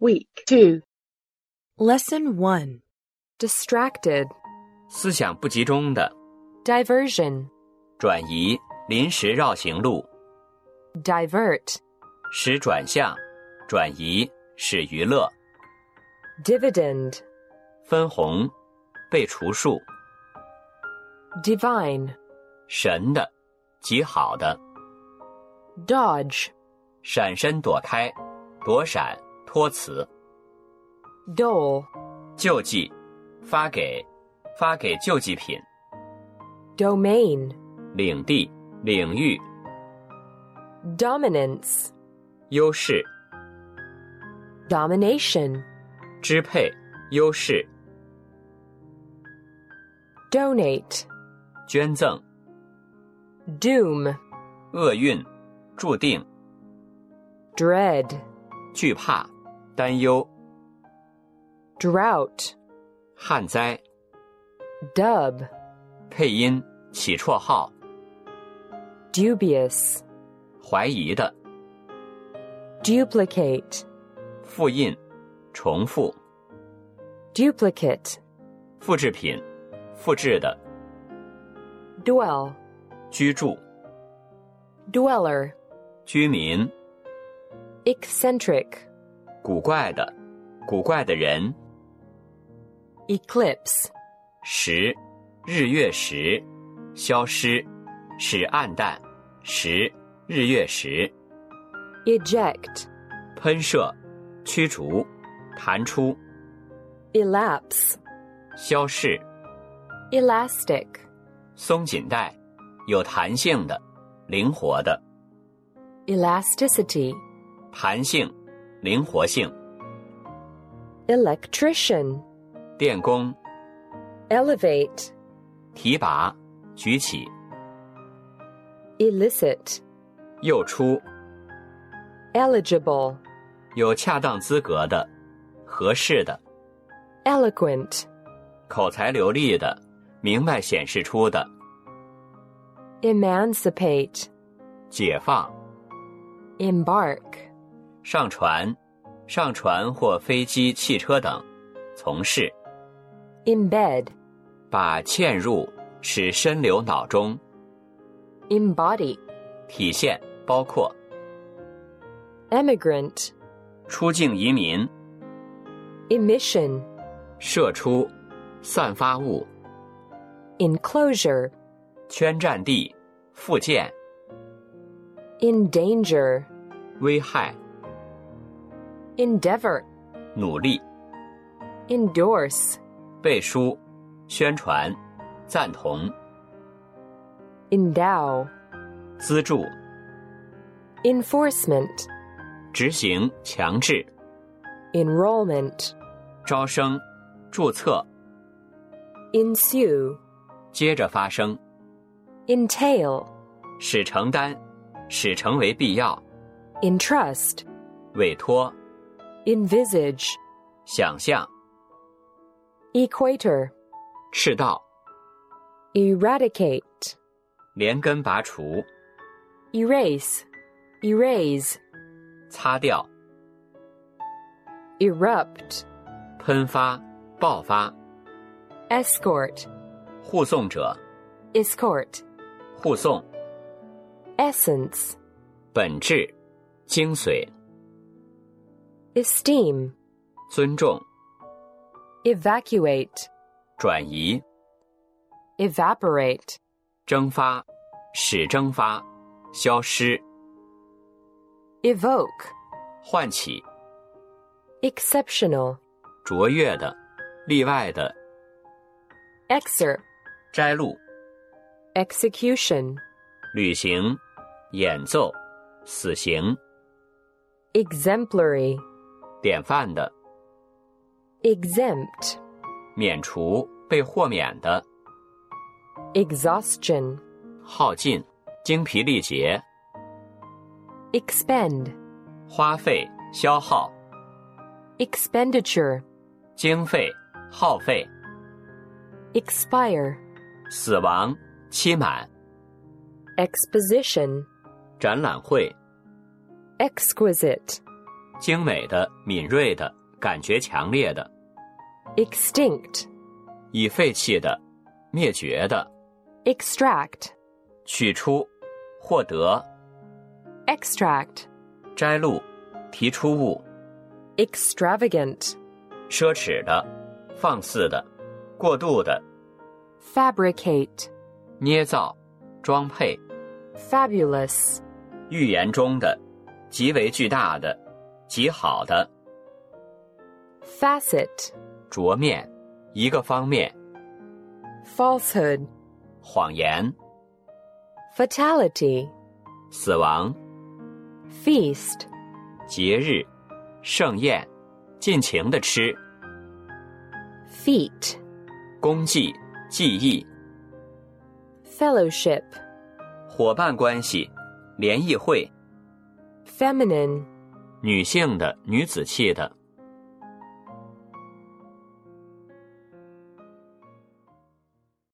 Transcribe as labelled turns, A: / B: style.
A: Week 2.
B: Lesson 1 Distracted,
C: 思想不集中的
B: Diversion,
C: 转移、临时绕行路、
B: Divert,
C: 使转向、转移、使娱乐、
B: Dividend,
C: 分红、被除数、
B: Divine,
C: 神的、极好的、
B: Dodge,
C: 闪身躲开、躲闪、托词、
B: Dole,
C: 救济、发给、发给救济品、
B: Domain,
C: 领地、领域、
B: Dominance,
C: 优势、
B: Domination,
C: 支配、优势、
B: Donate,
C: 捐赠、
B: Doom,
C: 厄运、注定、
B: Dread,
C: 惧怕、担忧、
B: Drought,
C: 旱灾、
B: Dub,
C: 配音、起绰号、
B: Dubious,
C: 怀疑的、
B: Duplicate,
C: 复印、重复、
B: Duplicate,
C: 复制品、复制的、
B: Dwell,
C: 居住、
B: Dweller,
C: 居民、
B: Eccentric,
C: 古怪的、古怪的人、
B: Eclipse,
C: 时、日月食、消失、使暗淡、时、日月食、
B: Eject,
C: 喷射、驱逐、弹出、
B: Elapse,
C: 消逝、
B: Elastic,
C: 松紧带、有弹性的、灵活的、
B: Elasticity,
C: 弹性、灵活性、
B: Electrician,
C: 电工、
B: Elevate,
C: 提拔、举起、
B: Illicit,
C: 诱出。
B: Eligible,
C: 有恰当资格的、合适的、
B: Eloquent,
C: 口才流利的、明白显示出的、
B: Emancipate,
C: 解放、
B: Embark,
C: 上船、上船或飞机、汽车等，从事
B: Embed,
C: 把嵌入使深流脑中，
B: Embody,
C: 体现包括
B: Emigrant,
C: 出境移民、
B: Emission,
C: 射出、散发物、
B: Enclosure,
C: 圈占地、附件、
B: Endanger,
C: 危害、
B: Endeavor,
C: 努力、
B: Endorse,
C: 背书、宣传、赞同、
B: Endow,
C: 资助、
B: Enforcement,
C: 执行、强制。
B: Enrollment,
C: 招生、注册，
B: Ensue,
C: 接着发生，
B: Entail,
C: 使承担，使成为必要，
B: Entrust,
C: 委托、
B: Envisage,
C: 想象、
B: Equator,
C: 赤道、
B: Eradicate,
C: 连根拔除、
B: Erase, Erase,
C: 擦掉、
B: Erupt,
C: 喷发、爆发、
B: Escort,
C: 护送者、
B: Escort,
C: 护送、
B: Essence,
C: 本质、精髓、
B: Esteem,
C: 尊重、
B: Evacuate,
C: 转移、
B: Evaporate,
C: 蒸发、使蒸发、消失、
B: Evoke,
C: 唤起、
B: Exceptional,
C: 卓越的、例外的、
B: Excerpt,
C: 摘录。
B: Execution,
C: 旅行、演奏、死刑、
B: Exemplary,
C: 典范的、
B: Exempt,
C: 免除、被豁免的、
B: Exhaustion,
C: 耗尽、精疲力竭、
B: Expend,
C: 花费、消耗、
B: Expenditure,
C: 经费、耗费、
B: Expire,
C: 死亡、期满、
B: Exposition,
C: 展览会、
B: Exquisite.
C: 精美的、敏锐的、感觉强烈的；
B: extinct,
C: 已废弃的、灭绝的、
B: extract,
C: 取出、获得、
B: extract,
C: 摘录、提出物、
B: extravagant,
C: 奢侈的、放肆的、过度的、
B: fabricate,
C: 捏造、装配、
B: fabulous,
C: 预言中的、极为巨大的、极好的、
B: facet,
C: 桌面、一个方面、
B: falsehood,
C: 谎言、
B: fatality,
C: 死亡、
B: feast,
C: 节日、盛宴、尽情的吃、
B: feet,
C: 功绩、技艺、
B: fellowship,
C: 伙伴关系、联谊会、
B: feminine,
C: 女性的、女子气的、